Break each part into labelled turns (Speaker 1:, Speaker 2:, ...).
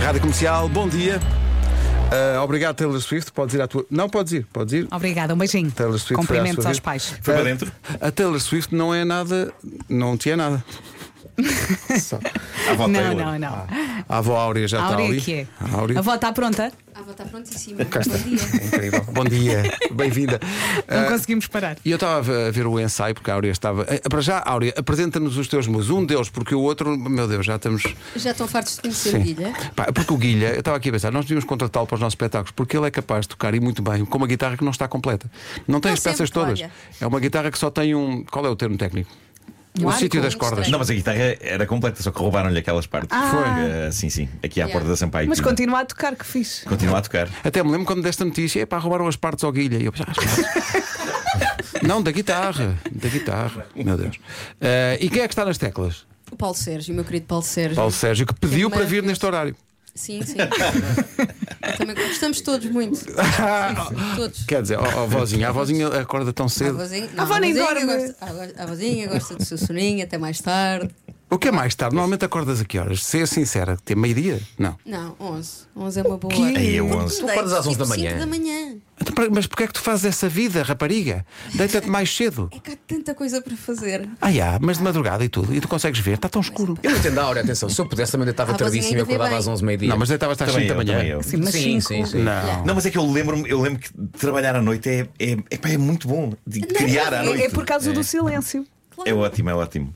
Speaker 1: Rádio Comercial, bom dia. Ah, obrigado, Taylor Swift. Podes ir à tua. Não, podes ir, podes ir.
Speaker 2: Obrigada, um beijinho.
Speaker 1: Taylor Swift foi à
Speaker 2: Cumprimentos
Speaker 1: sua
Speaker 2: aos
Speaker 1: vez.
Speaker 2: pais.
Speaker 1: Ah,
Speaker 3: para dentro?
Speaker 1: A Taylor Swift não é nada. Não tinha nada. Só-
Speaker 3: À volta é
Speaker 2: Não,
Speaker 3: dele.
Speaker 2: não, não.
Speaker 1: A avó Áurea já
Speaker 2: A
Speaker 1: está
Speaker 2: Áurea
Speaker 1: ali.
Speaker 2: que é.
Speaker 1: A Áurea.
Speaker 2: A avó está pronta?
Speaker 4: A avó está Ah, prontíssima.
Speaker 1: Cá está.
Speaker 4: Bom dia.
Speaker 1: Incrível. Bom dia, bem-vinda.
Speaker 2: Não
Speaker 1: Ah,
Speaker 2: conseguimos parar.
Speaker 1: E eu estava a ver o ensaio, porque a Áurea estava. Eh, Para já, Áurea, apresenta-nos os teus músicos. Um deles, porque o outro, meu Deus, já estamos.
Speaker 4: Já estão fartos de conhecer o Guilha?
Speaker 1: Pá, porque o Guilha, eu estava aqui a pensar, nós devíamos contratá-lo para os nossos espetáculos, porque ele é capaz de tocar e muito bem, com uma guitarra que não está completa. Não tem
Speaker 4: Não
Speaker 1: as peças
Speaker 4: sempre,
Speaker 1: todas.
Speaker 4: olha.
Speaker 1: É uma guitarra que só tem um. Qual é o termo técnico?
Speaker 4: Um
Speaker 1: o
Speaker 4: arco,
Speaker 1: sítio das
Speaker 4: um
Speaker 1: cordas.
Speaker 4: estranho.
Speaker 3: Não, mas a guitarra era completa, só que roubaram-lhe aquelas partes. Foi. eh, sim, sim. Aqui à
Speaker 4: Yeah.
Speaker 3: porta da Sampaio.
Speaker 2: Ah. Mas
Speaker 3: Pina.
Speaker 2: continua a tocar, que fixe.
Speaker 3: Continua a tocar.
Speaker 1: Até me lembro quando desta notícia, é pá, roubaram as partes ao Guilha. E eu pensava, "Ah, as partes?" Não, da guitarra. Da guitarra. Meu Deus. Eh, e quem é que está nas teclas?
Speaker 4: O Paulo Sérgio, o meu querido Paulo Sérgio.
Speaker 1: Paulo Sérgio, que pediu para vir
Speaker 4: maravilhoso.
Speaker 1: neste horário.
Speaker 4: Sim, sim. Também gostamos todos muito. todos.
Speaker 1: Quer dizer, ó, ó, vozinha, a vozinha acorda tão
Speaker 4: A
Speaker 1: cedo.
Speaker 4: vozinha,
Speaker 2: A avó nem
Speaker 4: vozinha
Speaker 2: dorme.
Speaker 4: gosta- a vo- a vozinha gosta do seu soninho até mais tarde.
Speaker 1: O que é mais tarde? Normalmente acordas a que horas? Ser sincera, ter meio-dia? Não.
Speaker 4: Não, 11. 11 é uma boa.
Speaker 3: Aí é
Speaker 4: hora.
Speaker 3: 11.
Speaker 5: Tu acordas às 11 da
Speaker 4: Tipo
Speaker 5: manhã.
Speaker 4: cinco da manhã.
Speaker 1: Então, pera- Mas porquê é que tu fazes essa vida, rapariga? Deita-te mais cedo.
Speaker 4: É que há tanta coisa para fazer.
Speaker 1: Ah, já, mas de madrugada e tudo. E tu consegues ver, está tão escuro.
Speaker 5: Eu não entendo a hora, atenção. Se eu pudesse, também deitava
Speaker 4: Ah, você
Speaker 5: tardíssimo e
Speaker 4: ainda vê
Speaker 5: acordava
Speaker 4: bem.
Speaker 5: às 11 meio-dia.
Speaker 1: Não, mas deitavas-te às
Speaker 3: Também
Speaker 1: 5 da
Speaker 3: eu,
Speaker 1: manhã.
Speaker 3: também eu.
Speaker 2: Sim, mas
Speaker 5: sim,
Speaker 2: cinco.
Speaker 5: sim, sim.
Speaker 1: Não.
Speaker 3: Não, mas é que eu lembro-me eu lembro que trabalhar à noite é, é, epá, é muito bom. De criar à noite.
Speaker 2: É, é por causa do silêncio.
Speaker 3: É ótimo, é ótimo.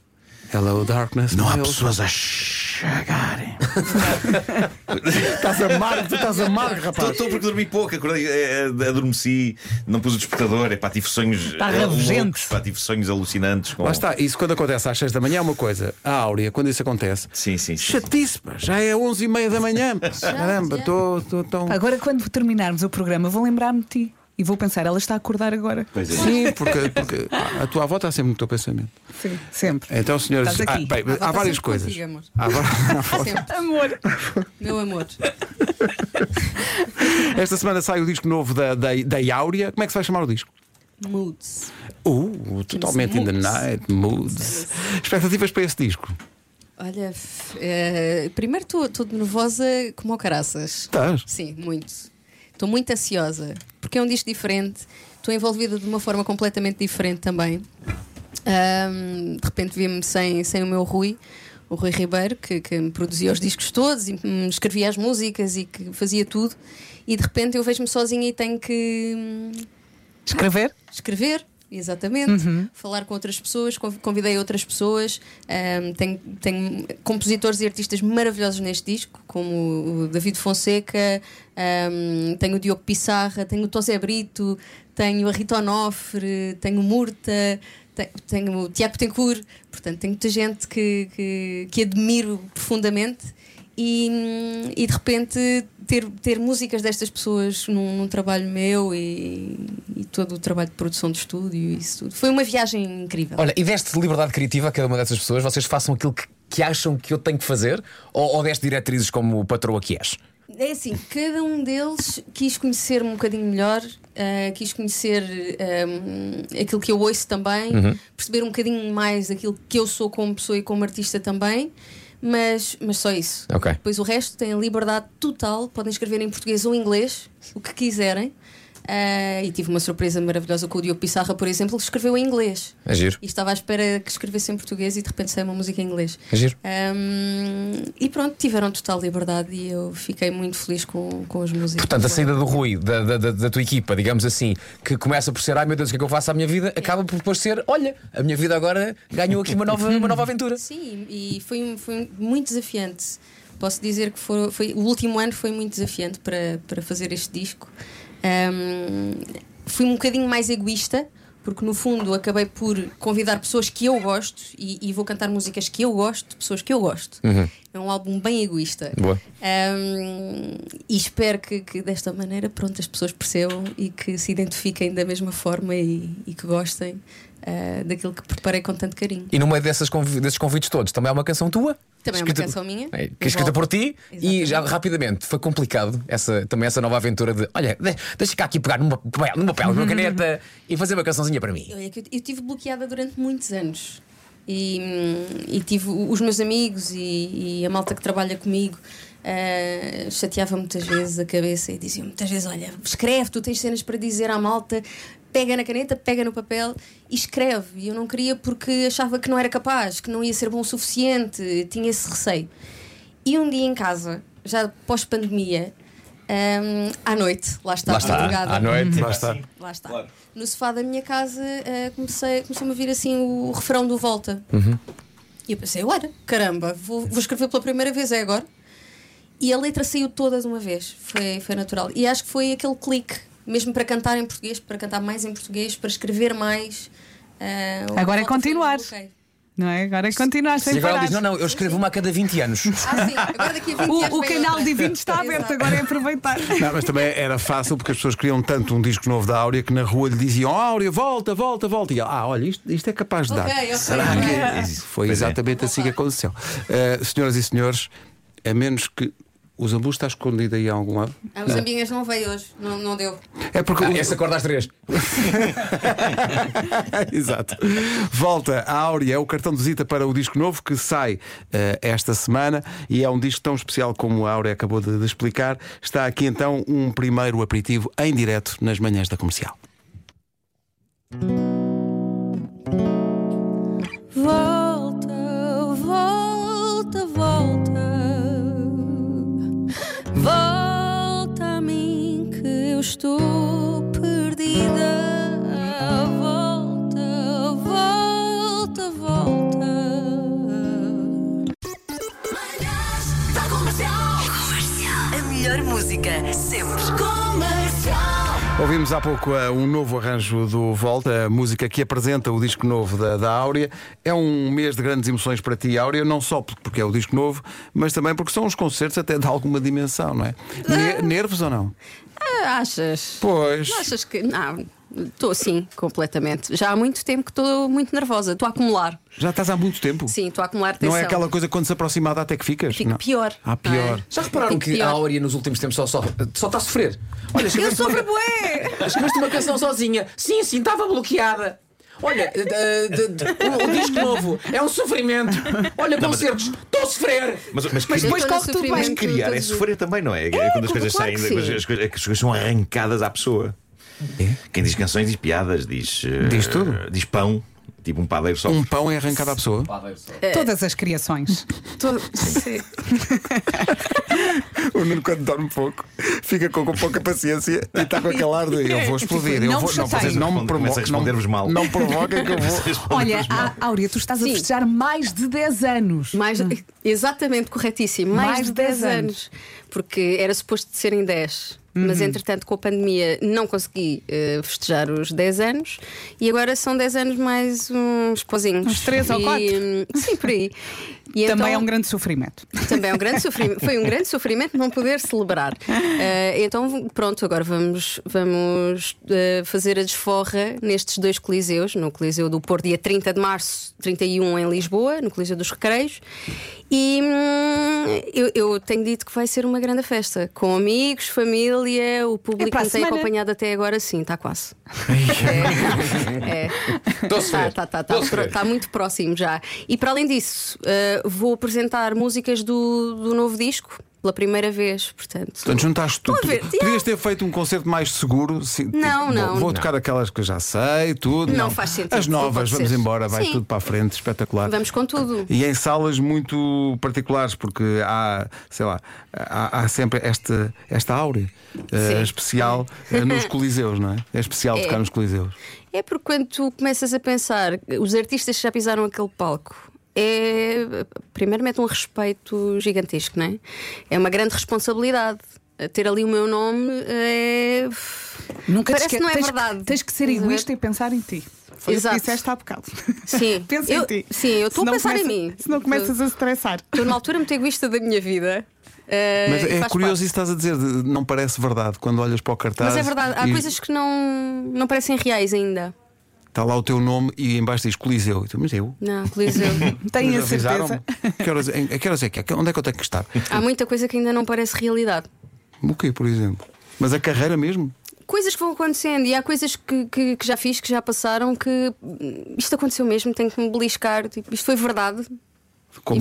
Speaker 1: Hello, darkness. Não há pessoa.
Speaker 3: a chegarem.
Speaker 1: Estás amargo, tu estás amargo, rapaz.
Speaker 3: Estou porque dormi pouco, acordei, eh, eh, adormeci, não pus o despertador, epá, tive sonhos
Speaker 2: Está
Speaker 3: eh,
Speaker 2: Tá rabugento.
Speaker 3: loucos, epá, tive sonhos alucinantes. Com...
Speaker 1: Lá está, isso quando acontece às 6 da manhã é uma coisa. A Áurea, quando isso acontece.
Speaker 3: Sim, sim, sim.
Speaker 1: Chatice, pá, já é 11 e meia da manhã. Caramba,
Speaker 4: já.
Speaker 1: estou tão.
Speaker 2: Agora, quando terminarmos o programa, vou lembrar-me de ti. E vou pensar, ela está a acordar agora.
Speaker 3: Pois é.
Speaker 1: Sim, porque, porque a tua avó está sempre no teu pensamento.
Speaker 2: Sim, sempre.
Speaker 1: Então, senhoras,
Speaker 2: Estás aqui.
Speaker 1: bem,
Speaker 4: Ela
Speaker 1: há
Speaker 4: está
Speaker 1: várias
Speaker 4: sempre
Speaker 1: coisas.
Speaker 4: contigo, amor.
Speaker 1: Há va-
Speaker 4: Sempre.
Speaker 2: Amor.
Speaker 4: Meu amor.
Speaker 1: Esta semana sai o disco novo da, da, da Áurea. Como é que se vai chamar o disco?
Speaker 4: Moods.
Speaker 1: Uh, totalmente in the
Speaker 4: Moods.
Speaker 1: night, moods. Expectativas para esse disco?
Speaker 4: Olha, f- eh, primeiro estou nervosa como o caraças.
Speaker 1: Estás?
Speaker 4: Sim, muito. Estou muito ansiosa, porque é um disco diferente. Estou envolvida de uma forma completamente diferente também. Ahm, de repente vi-me sem, sem o meu Rui, o Rui Ribeiro, que, que me produzia os discos todos e me escrevia as músicas e que fazia tudo. E de repente eu vejo-me sozinha e tenho que. hum,
Speaker 2: Escrever?
Speaker 4: escrever, exatamente, falar com outras pessoas, conv- convidei outras pessoas, ahm, tenho, tenho compositores e artistas maravilhosos neste disco, como o David Fonseca, ahm, tenho o Diogo Pissarra, tenho o Tosé Brito, tenho a Rita Onofre, tenho o Murta, te- tenho o Tiago Tencourt, portanto tenho muita gente que, que, que admiro profundamente e, hum, e de repente ter, ter músicas destas pessoas num, num trabalho meu e, e todo o trabalho de produção de estúdio e isso tudo. Foi uma viagem incrível.
Speaker 5: Olha, e deste liberdade criativa a cada uma dessas pessoas, vocês façam aquilo que, que acham que eu tenho que fazer ou, ou deste diretrizes como patroa que és?
Speaker 4: É assim, cada um deles quis conhecer me um bocadinho melhor, ah, quis conhecer ah, aquilo que eu ouço também,
Speaker 5: Uhum.
Speaker 4: perceber um bocadinho mais aquilo que eu sou como pessoa e como artista também, mas, mas só isso.
Speaker 5: Ok.
Speaker 4: Depois o resto tem a liberdade total, podem escrever em português ou inglês, o que quiserem. Ah, e tive uma surpresa maravilhosa com o Diogo Pissarra, por exemplo, que escreveu em inglês.
Speaker 5: É giro.
Speaker 4: E estava à espera que escrevesse em português e de repente saiu uma música em inglês.
Speaker 5: É giro.
Speaker 4: Ahm, e pronto, tiveram total liberdade e eu fiquei muito feliz com, com as músicas.
Speaker 5: Portanto, assim a saída do Rui, da, da, da- da tua equipa, digamos assim, que começa por ser, ai meu Deus, o que é que eu faço à minha vida, acaba por depois ser, olha, a minha vida agora ganhou aqui uma nova, uma nova aventura.
Speaker 4: Sim, e foi, um- foi um- muito desafiante. Posso dizer que foi, foi- o último ano foi muito desafiante para, para fazer este disco. Ahm, fui um bocadinho mais egoísta, porque no fundo acabei por convidar pessoas que eu gosto e, e vou cantar músicas que eu gosto, de pessoas que eu gosto. É um álbum bem egoísta.
Speaker 5: Uhum. Boa.
Speaker 4: Um, e espero que, que desta maneira pronto, as pessoas percebam e que se identifiquem da mesma forma e, e que gostem ah, daquilo que preparei com tanto carinho.
Speaker 5: E no meio dessas convi- desses convites todos, também há uma canção tua?
Speaker 4: Também é uma canção minha.
Speaker 5: É, que é escrita por ti e
Speaker 4: Exatamente.
Speaker 5: já rapidamente foi complicado essa, também essa nova aventura de olha, de- deixa cá aqui pegar numa, numa papel, numa caneta e fazer uma cançãozinha para mim.
Speaker 6: é
Speaker 4: Olha, que eu, eu tive bloqueada durante muitos anos. E, hum, e tive o- os meus amigos e, e a malta que trabalha comigo
Speaker 6: ah, chateava muitas vezes a cabeça e dizia muitas vezes: Olha, escreve, tu tens cenas para dizer à malta, pega na caneta, pega no papel e escreve. E eu não queria porque achava que não era capaz, que não ia ser bom o suficiente, tinha esse receio. E um dia em casa, já pós-pandemia, ah, à noite, lá está,
Speaker 5: Lá está,
Speaker 6: madrugada,
Speaker 5: à noite.
Speaker 1: Lá está.
Speaker 6: Lá está.
Speaker 3: Claro.
Speaker 6: No sofá da minha casa eh, comecei, começou-me a vir assim o refrão do Volta. E eu pensei, ora, caramba, vou, vou escrever pela primeira vez, é agora. E a letra saiu toda de uma vez, foi, foi natural. E acho que foi aquele clique, mesmo para cantar em português, para cantar mais em português, para escrever mais. eh, o
Speaker 2: Agora
Speaker 6: Volta foi
Speaker 2: é
Speaker 6: um
Speaker 2: continuar.
Speaker 6: bloqueio.
Speaker 2: Não é? Agora é continuar
Speaker 5: E
Speaker 2: sem
Speaker 5: agora
Speaker 2: parar.
Speaker 5: ele diz: não, não, eu escrevo uma a cada 20 anos.
Speaker 6: Ah, sim, agora daqui a 20 anos
Speaker 2: O, o
Speaker 6: vem
Speaker 2: canal
Speaker 6: outra.
Speaker 2: divino está aberto,
Speaker 6: Exato.
Speaker 2: agora é aproveitar.
Speaker 1: Não, mas também era fácil porque as pessoas queriam tanto um disco novo da Áurea que na rua lhe diziam: oh, Áurea, volta, volta, volta. E ela, ah, olha, isto, isto é capaz de dar.
Speaker 6: Ok, ok.
Speaker 3: que é isso?
Speaker 1: Foi
Speaker 3: Pois é.
Speaker 1: exatamente assim que aconteceu. Uh, senhoras e senhores, a menos que. O Zambu está escondido aí a algum lado?
Speaker 6: Ah, os amiguinhos não veio hoje, não, não deu.
Speaker 1: É porque.
Speaker 5: Ah,
Speaker 1: o-
Speaker 5: Essa acorda às 3.
Speaker 1: Exato. Volta a Áurea, é o cartão de visita para o disco novo que sai eh, esta semana e é um disco tão especial como a Áurea acabou de, de explicar. Está aqui então um primeiro aperitivo em direto nas manhãs da comercial.
Speaker 4: Volta, volta, volta. Volta a mim que eu estou perdida. Volta, volta, volta.
Speaker 7: Manhãs da Comercial. A melhor música sempre. Comercial.
Speaker 1: Ouvimos há pouco eh, um novo arranjo do Volta, a música que apresenta o disco novo da, da Áurea. É um mês de grandes emoções para ti, Áurea, não só por- porque é o disco novo, mas também porque são uns concertos até de alguma dimensão, não é? Ne- nervos ou não?
Speaker 4: Ah, achas?
Speaker 1: Pois.
Speaker 4: Não achas que. Não, estou assim, completamente. Já há muito tempo que estou muito nervosa. Estou a acumular.
Speaker 1: Já estás há muito tempo.
Speaker 4: Sim, estou a acumular tensão.
Speaker 1: Não é aquela coisa quando se aproxima a data é que ficas?
Speaker 4: Fico
Speaker 1: Não.
Speaker 4: pior.
Speaker 1: Ah, pior.
Speaker 4: não é?
Speaker 5: Já repararam
Speaker 4: Fico
Speaker 5: que
Speaker 4: pior.
Speaker 5: a Áurea nos últimos tempos só, só, só está a sofrer? Olha,
Speaker 4: Eu
Speaker 5: escreveste uma
Speaker 4: sofro
Speaker 5: ca-
Speaker 4: bué!
Speaker 5: escreveste uma canção sozinha. Sim, sim, estava bloqueada. Olha, eh, eh, de- de- o, o disco novo é um sofrimento. Olha, concertos, estou a sofrer.
Speaker 3: Mas, mas,
Speaker 4: Mas
Speaker 3: cri-
Speaker 4: depois
Speaker 2: Eu
Speaker 4: corre
Speaker 2: estou
Speaker 4: tudo
Speaker 2: no
Speaker 4: bem.
Speaker 3: mas criar é sofrer também, não é? É, quando as
Speaker 4: claro
Speaker 3: coisas
Speaker 4: que
Speaker 3: saem,
Speaker 4: sim.
Speaker 3: as coisas- as coisas- é que as coisas são arrancadas à pessoa. Quem diz canções diz piadas, diz. eh,
Speaker 1: Diz tudo.
Speaker 3: Diz pão, tipo um padeiro só.
Speaker 1: Um pão é arrancado à pessoa.
Speaker 2: Todas as criações.
Speaker 1: O Nuno, quando dorme pouco, fica com, com pouca paciência e está com aquele ar de eu vou explodir, eu
Speaker 2: Não
Speaker 1: vou.
Speaker 2: me
Speaker 1: Não, vocês
Speaker 2: chateiem.
Speaker 1: não me
Speaker 3: Começa a
Speaker 1: provoquem. Não,
Speaker 3: responder-vos mal.
Speaker 1: não provoquem que eu vou.
Speaker 2: Olha, a- Áurea, tu estás a
Speaker 4: Sim.
Speaker 2: festejar mais de 10 anos.
Speaker 4: Mais, exatamente, corretíssimo. Mais, de 10 anos. Porque era suposto de serem 10. Mas
Speaker 2: Uhum.
Speaker 4: entretanto, com a pandemia, não consegui eh, festejar os 10 anos e agora são 10 anos mais uns pozinhos.
Speaker 2: Uns três ou
Speaker 4: E,
Speaker 2: quatro.
Speaker 4: hum, Sim, por aí. E
Speaker 2: Também é
Speaker 4: então-
Speaker 2: um grande sofrimento.
Speaker 4: Também é um grande sofrimento. Foi um grande sofrimento não poder celebrar. Eh, então, pronto, agora vamos, vamos eh, fazer a desforra nestes dois coliseus, no Coliseu do Porto, dia 30 de março, 31 em Lisboa, no Coliseu dos Recreios. E hum, eu, eu tenho dito que vai ser uma grande festa, com amigos, família, o
Speaker 2: É
Speaker 4: público
Speaker 2: para a
Speaker 4: que me tem
Speaker 2: semana.
Speaker 4: acompanhado até agora, sim, está quase. É.
Speaker 5: Estou a sofrer.
Speaker 4: Está
Speaker 5: Estou a sofrer.
Speaker 4: tá. muito próximo já. E para além disso, eh, vou apresentar músicas do, do novo disco pela primeira vez, portanto.
Speaker 1: Portanto, juntaste tudo.
Speaker 4: Estão a ver,
Speaker 1: Podias ter feito um concerto mais seguro. sim,
Speaker 4: Não,
Speaker 1: tipo,
Speaker 4: não,
Speaker 1: Vou
Speaker 4: não.
Speaker 1: tocar aquelas que eu já sei, tudo.
Speaker 4: Não faz sentido,
Speaker 1: As
Speaker 4: não
Speaker 1: novas,
Speaker 4: pode
Speaker 1: vamos
Speaker 4: ser.
Speaker 1: embora, vai
Speaker 4: Sim.
Speaker 1: tudo para a frente, espetacular.
Speaker 4: Vamos com tudo.
Speaker 1: E em salas muito particulares, porque há, sei lá, há, há sempre esta, esta áurea eh,
Speaker 4: Sim.
Speaker 1: especial eh, nos coliseus, não é? É especial tocar nos coliseus.
Speaker 4: É porque quando tu começas a pensar, os artistas que já pisaram aquele palco. É, primeiro mete um respeito gigantesco, não é? É uma grande responsabilidade. Ter ali o meu nome é.
Speaker 2: Nunca
Speaker 4: Parece
Speaker 2: te esque-
Speaker 4: que não é
Speaker 2: tens,
Speaker 4: verdade.
Speaker 2: Tens que ser
Speaker 4: Estás a ver?
Speaker 2: egoísta e pensar em ti. Foi o
Speaker 4: Exato.
Speaker 2: que disseste há bocado.
Speaker 4: Sim.
Speaker 2: Pensa em
Speaker 4: Eu-
Speaker 2: ti.
Speaker 4: sim, eu estou a
Speaker 2: Senão
Speaker 4: pensar em
Speaker 2: começa-
Speaker 4: mim.
Speaker 2: Senão começas a stressar.
Speaker 4: Estou numa altura muito egoísta da minha vida. eh,
Speaker 1: Mas
Speaker 4: e
Speaker 1: é
Speaker 4: faz
Speaker 1: curioso
Speaker 4: parte.
Speaker 1: isso que estás a dizer, de- não parece verdade quando olhas para o cartaz.
Speaker 4: Mas é verdade, há
Speaker 1: e
Speaker 4: coisas que não, não parecem reais ainda.
Speaker 1: Está lá o teu nome e embaixo diz Coliseu. E tu, mas eu.
Speaker 4: Não, Coliseu.
Speaker 2: Tenho
Speaker 1: Mas
Speaker 2: a certeza.
Speaker 1: avisaram-me? Que horas, em- a que horas é que é? Onde é que eu tenho que estar?
Speaker 4: Há muita coisa que ainda não parece realidade.
Speaker 1: O quê, por exemplo? Mas a carreira mesmo?
Speaker 4: Coisas que vão acontecendo e há coisas que, que, que já fiz, que já passaram, que hum, isto aconteceu mesmo, tenho que me beliscar. Tipo, isto foi verdade.
Speaker 1: Como,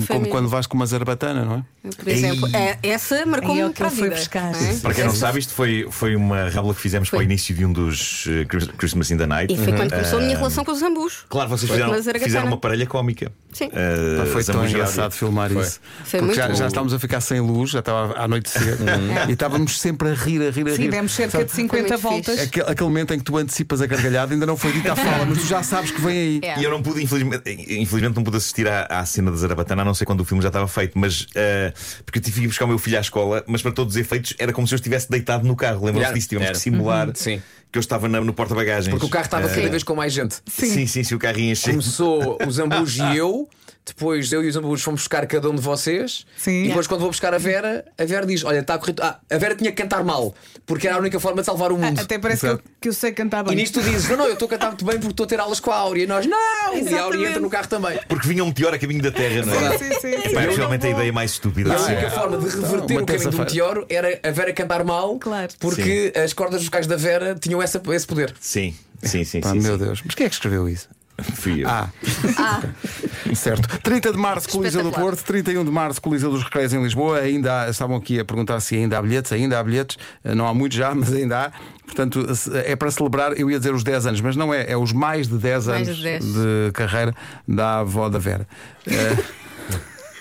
Speaker 8: E foi
Speaker 1: como
Speaker 8: mesmo.
Speaker 1: quando vais com uma zarbatana, não é?
Speaker 8: Por exemplo, é- essa
Speaker 2: Aí é
Speaker 8: marcou-me
Speaker 2: o que
Speaker 8: para a
Speaker 2: ele foi
Speaker 8: vida.
Speaker 2: buscar.
Speaker 8: não é?
Speaker 3: Para quem não sabe, isto foi, foi uma rábula que fizemos para o início de um dos eh, Chris- Christmas in the Night.
Speaker 8: E foi
Speaker 1: Uhum.
Speaker 8: quando
Speaker 3: Ah,
Speaker 8: começou a minha relação com os zambus.
Speaker 3: Claro, vocês
Speaker 8: Foi
Speaker 3: fizeram,
Speaker 8: com a Zaragatana.
Speaker 3: fizeram uma parelha cómica.
Speaker 8: Sim.
Speaker 3: Ah,
Speaker 1: Pá, Então foi tão
Speaker 3: Zambujo e
Speaker 1: engraçado
Speaker 3: Áudio.
Speaker 1: filmar
Speaker 5: Foi.
Speaker 1: isso.
Speaker 8: Foi
Speaker 1: Porque
Speaker 8: muito
Speaker 1: já,
Speaker 8: bom. Uhum.
Speaker 1: já estávamos a ficar sem luz, já estava a anoitecer e estávamos sempre a rir, a rir, a rir.
Speaker 2: Sim, demos cerca de 50
Speaker 8: Foi muito
Speaker 2: voltas.
Speaker 8: fixe.
Speaker 1: Aquele, aquele momento em que tu antecipas a gargalhada ainda não foi dita a fala, mas tu já sabes que vem aí.
Speaker 8: É.
Speaker 3: E eu não pude, infelizmente, infelizmente não pude assistir à, à cena da Zarabatana, a não sei quando o filme já estava feito, mas ah, porque eu tive que ir buscar o meu filho à escola, mas para todos os efeitos era como se eu estivesse deitado no carro. Lembram-se
Speaker 5: Era.
Speaker 3: disso? Tivemos
Speaker 5: Era. Uhum.
Speaker 3: que simular
Speaker 5: Sim.
Speaker 3: que eu estava na- no porta-bagagens.
Speaker 5: Porque o carro estava cada
Speaker 3: Ah,
Speaker 5: vez com mais gente.
Speaker 3: Sim, sim, sim, o carro ia encher.
Speaker 5: Começou o Zambujo e eu, depois eu e o Zambujo fomos buscar cada um de vocês.
Speaker 2: Sim.
Speaker 5: E depois, quando vou buscar a Vera, a Vera diz: Olha, está a correr. Ah, a Vera tinha que cantar mal, porque era a única forma de salvar o mundo.
Speaker 2: Ah, Até parece que eu, que eu sei cantar bem.
Speaker 5: É E nisto tu dizes: Não, não, eu estou a cantar muito bem porque estou a ter aulas com a Áurea. E nós: Não! E a Áurea entra no carro também.
Speaker 3: Porque vinha um meteoro a caminho da Terra, não é?
Speaker 2: Sim, sim, sim.
Speaker 3: Pá, é realmente a ideia mais estúpida.
Speaker 5: A
Speaker 3: de sempre.
Speaker 5: única forma de reverter
Speaker 1: uma
Speaker 5: o caminho do
Speaker 1: terça-feira.
Speaker 5: meteoro era a Vera cantar mal,
Speaker 2: Claro.
Speaker 5: porque as cordas vocais da Vera tinham essa- esse poder.
Speaker 3: Sim, sim, sim,
Speaker 1: Pá,
Speaker 3: sim.
Speaker 1: meu
Speaker 3: sim.
Speaker 1: Deus, mas quem é que escreveu isso?
Speaker 3: Fui eu.
Speaker 1: Ah. Certo. 30 de março, Coliseu do
Speaker 8: Espetacular.
Speaker 1: Porto, 31 de março, Coliseu dos Recreios em Lisboa. Ainda há, estavam aqui a perguntar se ainda há bilhetes, ainda há bilhetes, Eh, não há muitos já, mas ainda há. Portanto, se- é para celebrar, eu ia dizer os 10 anos, mas não é, é os mais de 10
Speaker 8: Mais
Speaker 1: anos
Speaker 8: de 10.
Speaker 1: carreira da avó da Vera. Eh,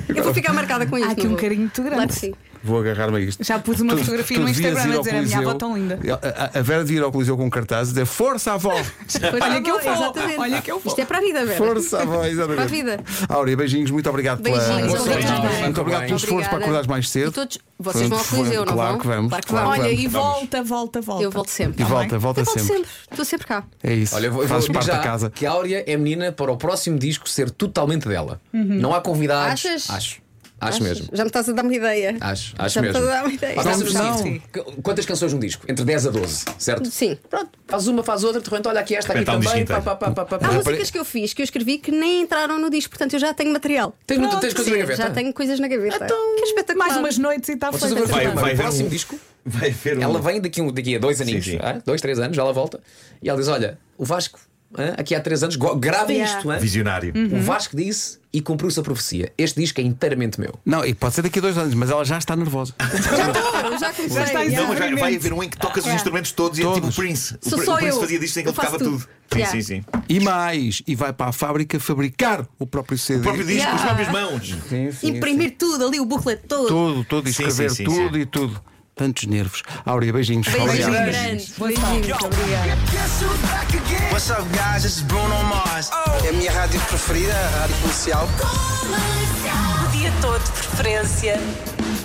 Speaker 8: Eu vou ficar marcada com isto.
Speaker 2: Há aqui
Speaker 8: não
Speaker 2: um
Speaker 8: vou?
Speaker 2: carinho muito grande.
Speaker 8: Claro que sim.
Speaker 1: Vou agarrar-me a isto.
Speaker 2: Já pus uma fotografia no
Speaker 1: devias
Speaker 2: Instagram
Speaker 1: ir
Speaker 2: a
Speaker 1: ao
Speaker 2: dizer, "A minha
Speaker 1: Coliseu."
Speaker 2: avó tão linda.
Speaker 1: A, a Vera devia ir ao Coliseu com cartazes e dizer Força avó!
Speaker 2: Olha que eu vou,
Speaker 8: Exatamente.
Speaker 2: olha que eu vou.
Speaker 8: Isto é para a vida, Vera.
Speaker 1: Força avó! Exatamente.
Speaker 8: Para a vida.
Speaker 1: Áurea, beijinhos, muito obrigado pela.
Speaker 8: Beijinhos,
Speaker 1: Muito
Speaker 8: obrigada.
Speaker 1: obrigado, muito obrigado pelo esforço para
Speaker 8: Obrigada.
Speaker 1: acordares mais cedo.
Speaker 8: E todos, vocês
Speaker 1: Foi-
Speaker 8: vão ao
Speaker 1: foi-
Speaker 8: Coliseu, não
Speaker 1: claro
Speaker 8: vão?
Speaker 1: que vamos,
Speaker 8: Claro que Tá
Speaker 1: claro
Speaker 8: vão.
Speaker 1: que
Speaker 2: Olha,
Speaker 1: vamos.
Speaker 2: e volta, volta, volta.
Speaker 8: Eu volto sempre.
Speaker 1: E volta, volta
Speaker 8: eu volto
Speaker 1: sempre.
Speaker 8: sempre. Estou sempre cá.
Speaker 1: É isso.
Speaker 5: Olha, eu vou, eu vou
Speaker 1: Fazes
Speaker 5: dizer
Speaker 1: parte
Speaker 5: já
Speaker 1: da casa.
Speaker 5: que a Áurea é menina para o próximo disco ser totalmente dela. Não há convidados.
Speaker 8: Uhum. Achas?
Speaker 5: Acho. Acho
Speaker 8: Achas?
Speaker 5: mesmo.
Speaker 8: Já me estás a dar uma ideia.
Speaker 5: Acho, acho
Speaker 8: Já me
Speaker 5: mesmo.
Speaker 8: estás a dar uma ideia.
Speaker 5: Faz um
Speaker 2: Não,
Speaker 5: exercício. Qu- Quantas canções num disco? Entre 10 a 12, certo?
Speaker 8: Sim.
Speaker 5: Pronto, faz uma, faz outra, de repente, olha aqui esta aqui
Speaker 3: Repente há um
Speaker 5: também.
Speaker 3: disco
Speaker 5: Pá, pá, pá, pá, pá,
Speaker 8: Há
Speaker 5: pá.
Speaker 8: músicas que eu fiz, que eu escrevi, que nem entraram no disco, portanto eu já tenho material.
Speaker 5: Tens muita-
Speaker 8: Pronto,
Speaker 5: tens coisas na
Speaker 8: sim,
Speaker 5: gaveta?
Speaker 8: Já tenho coisas na gaveta.
Speaker 5: Então,
Speaker 8: que é espetacular.
Speaker 2: Mais umas noites e está
Speaker 5: Vocês
Speaker 2: feito.
Speaker 5: agora
Speaker 3: Vai-
Speaker 5: fazem uma-
Speaker 3: vai
Speaker 5: o
Speaker 3: ver
Speaker 5: próximo
Speaker 3: um-
Speaker 5: disco.
Speaker 3: Vai ver um-
Speaker 5: Ela vem daqui, um- daqui a dois aninhos,
Speaker 3: sim.
Speaker 5: ah, dois, três anos, já ela volta. E ela diz: Olha, o Vasco, ah, aqui há três anos, go- gravem
Speaker 8: Yeah.
Speaker 5: isto. ah.
Speaker 3: Visionário.
Speaker 5: O Vasco disse e cumpriu-se a profecia. Este disco é inteiramente meu.
Speaker 1: Não, e pode ser daqui a dois anos, mas ela já está nervosa.
Speaker 8: Já estou, já comecei.
Speaker 2: está em
Speaker 3: Não,
Speaker 8: Yeah.
Speaker 3: mas vai, vai haver um em que tocas os
Speaker 8: Yeah.
Speaker 3: instrumentos todos, e é tipo o
Speaker 1: Todos.
Speaker 3: Prince. O,
Speaker 8: Ah, Sou
Speaker 3: Pr-
Speaker 8: só
Speaker 3: o Prince
Speaker 8: eu.
Speaker 3: fazia disto em que
Speaker 8: Eu
Speaker 3: ele tocava
Speaker 8: faço
Speaker 3: tudo.
Speaker 8: tudo.
Speaker 3: Sim,
Speaker 8: Yeah.
Speaker 3: sim, sim.
Speaker 1: E mais, e vai para a fábrica fabricar o próprio CD.
Speaker 3: O próprio disco, com as
Speaker 8: Yeah.
Speaker 3: próprias mãos.
Speaker 1: Sim, sim,
Speaker 8: Imprimir tudo ali, o booklet todo.
Speaker 1: Tudo, tudo, e
Speaker 3: Sim,
Speaker 1: escrever
Speaker 3: sim, sim,
Speaker 1: tudo e tudo. Tantos nervos. Áurea, beijinhos.
Speaker 8: Beijinhos
Speaker 1: Obrigado.
Speaker 8: grandes. Beijinhos. Obrigada.
Speaker 9: What's up, guys? This is Bruno Mars. É a minha rádio preferida, a rádio comercial.
Speaker 7: O dia todo de preferência.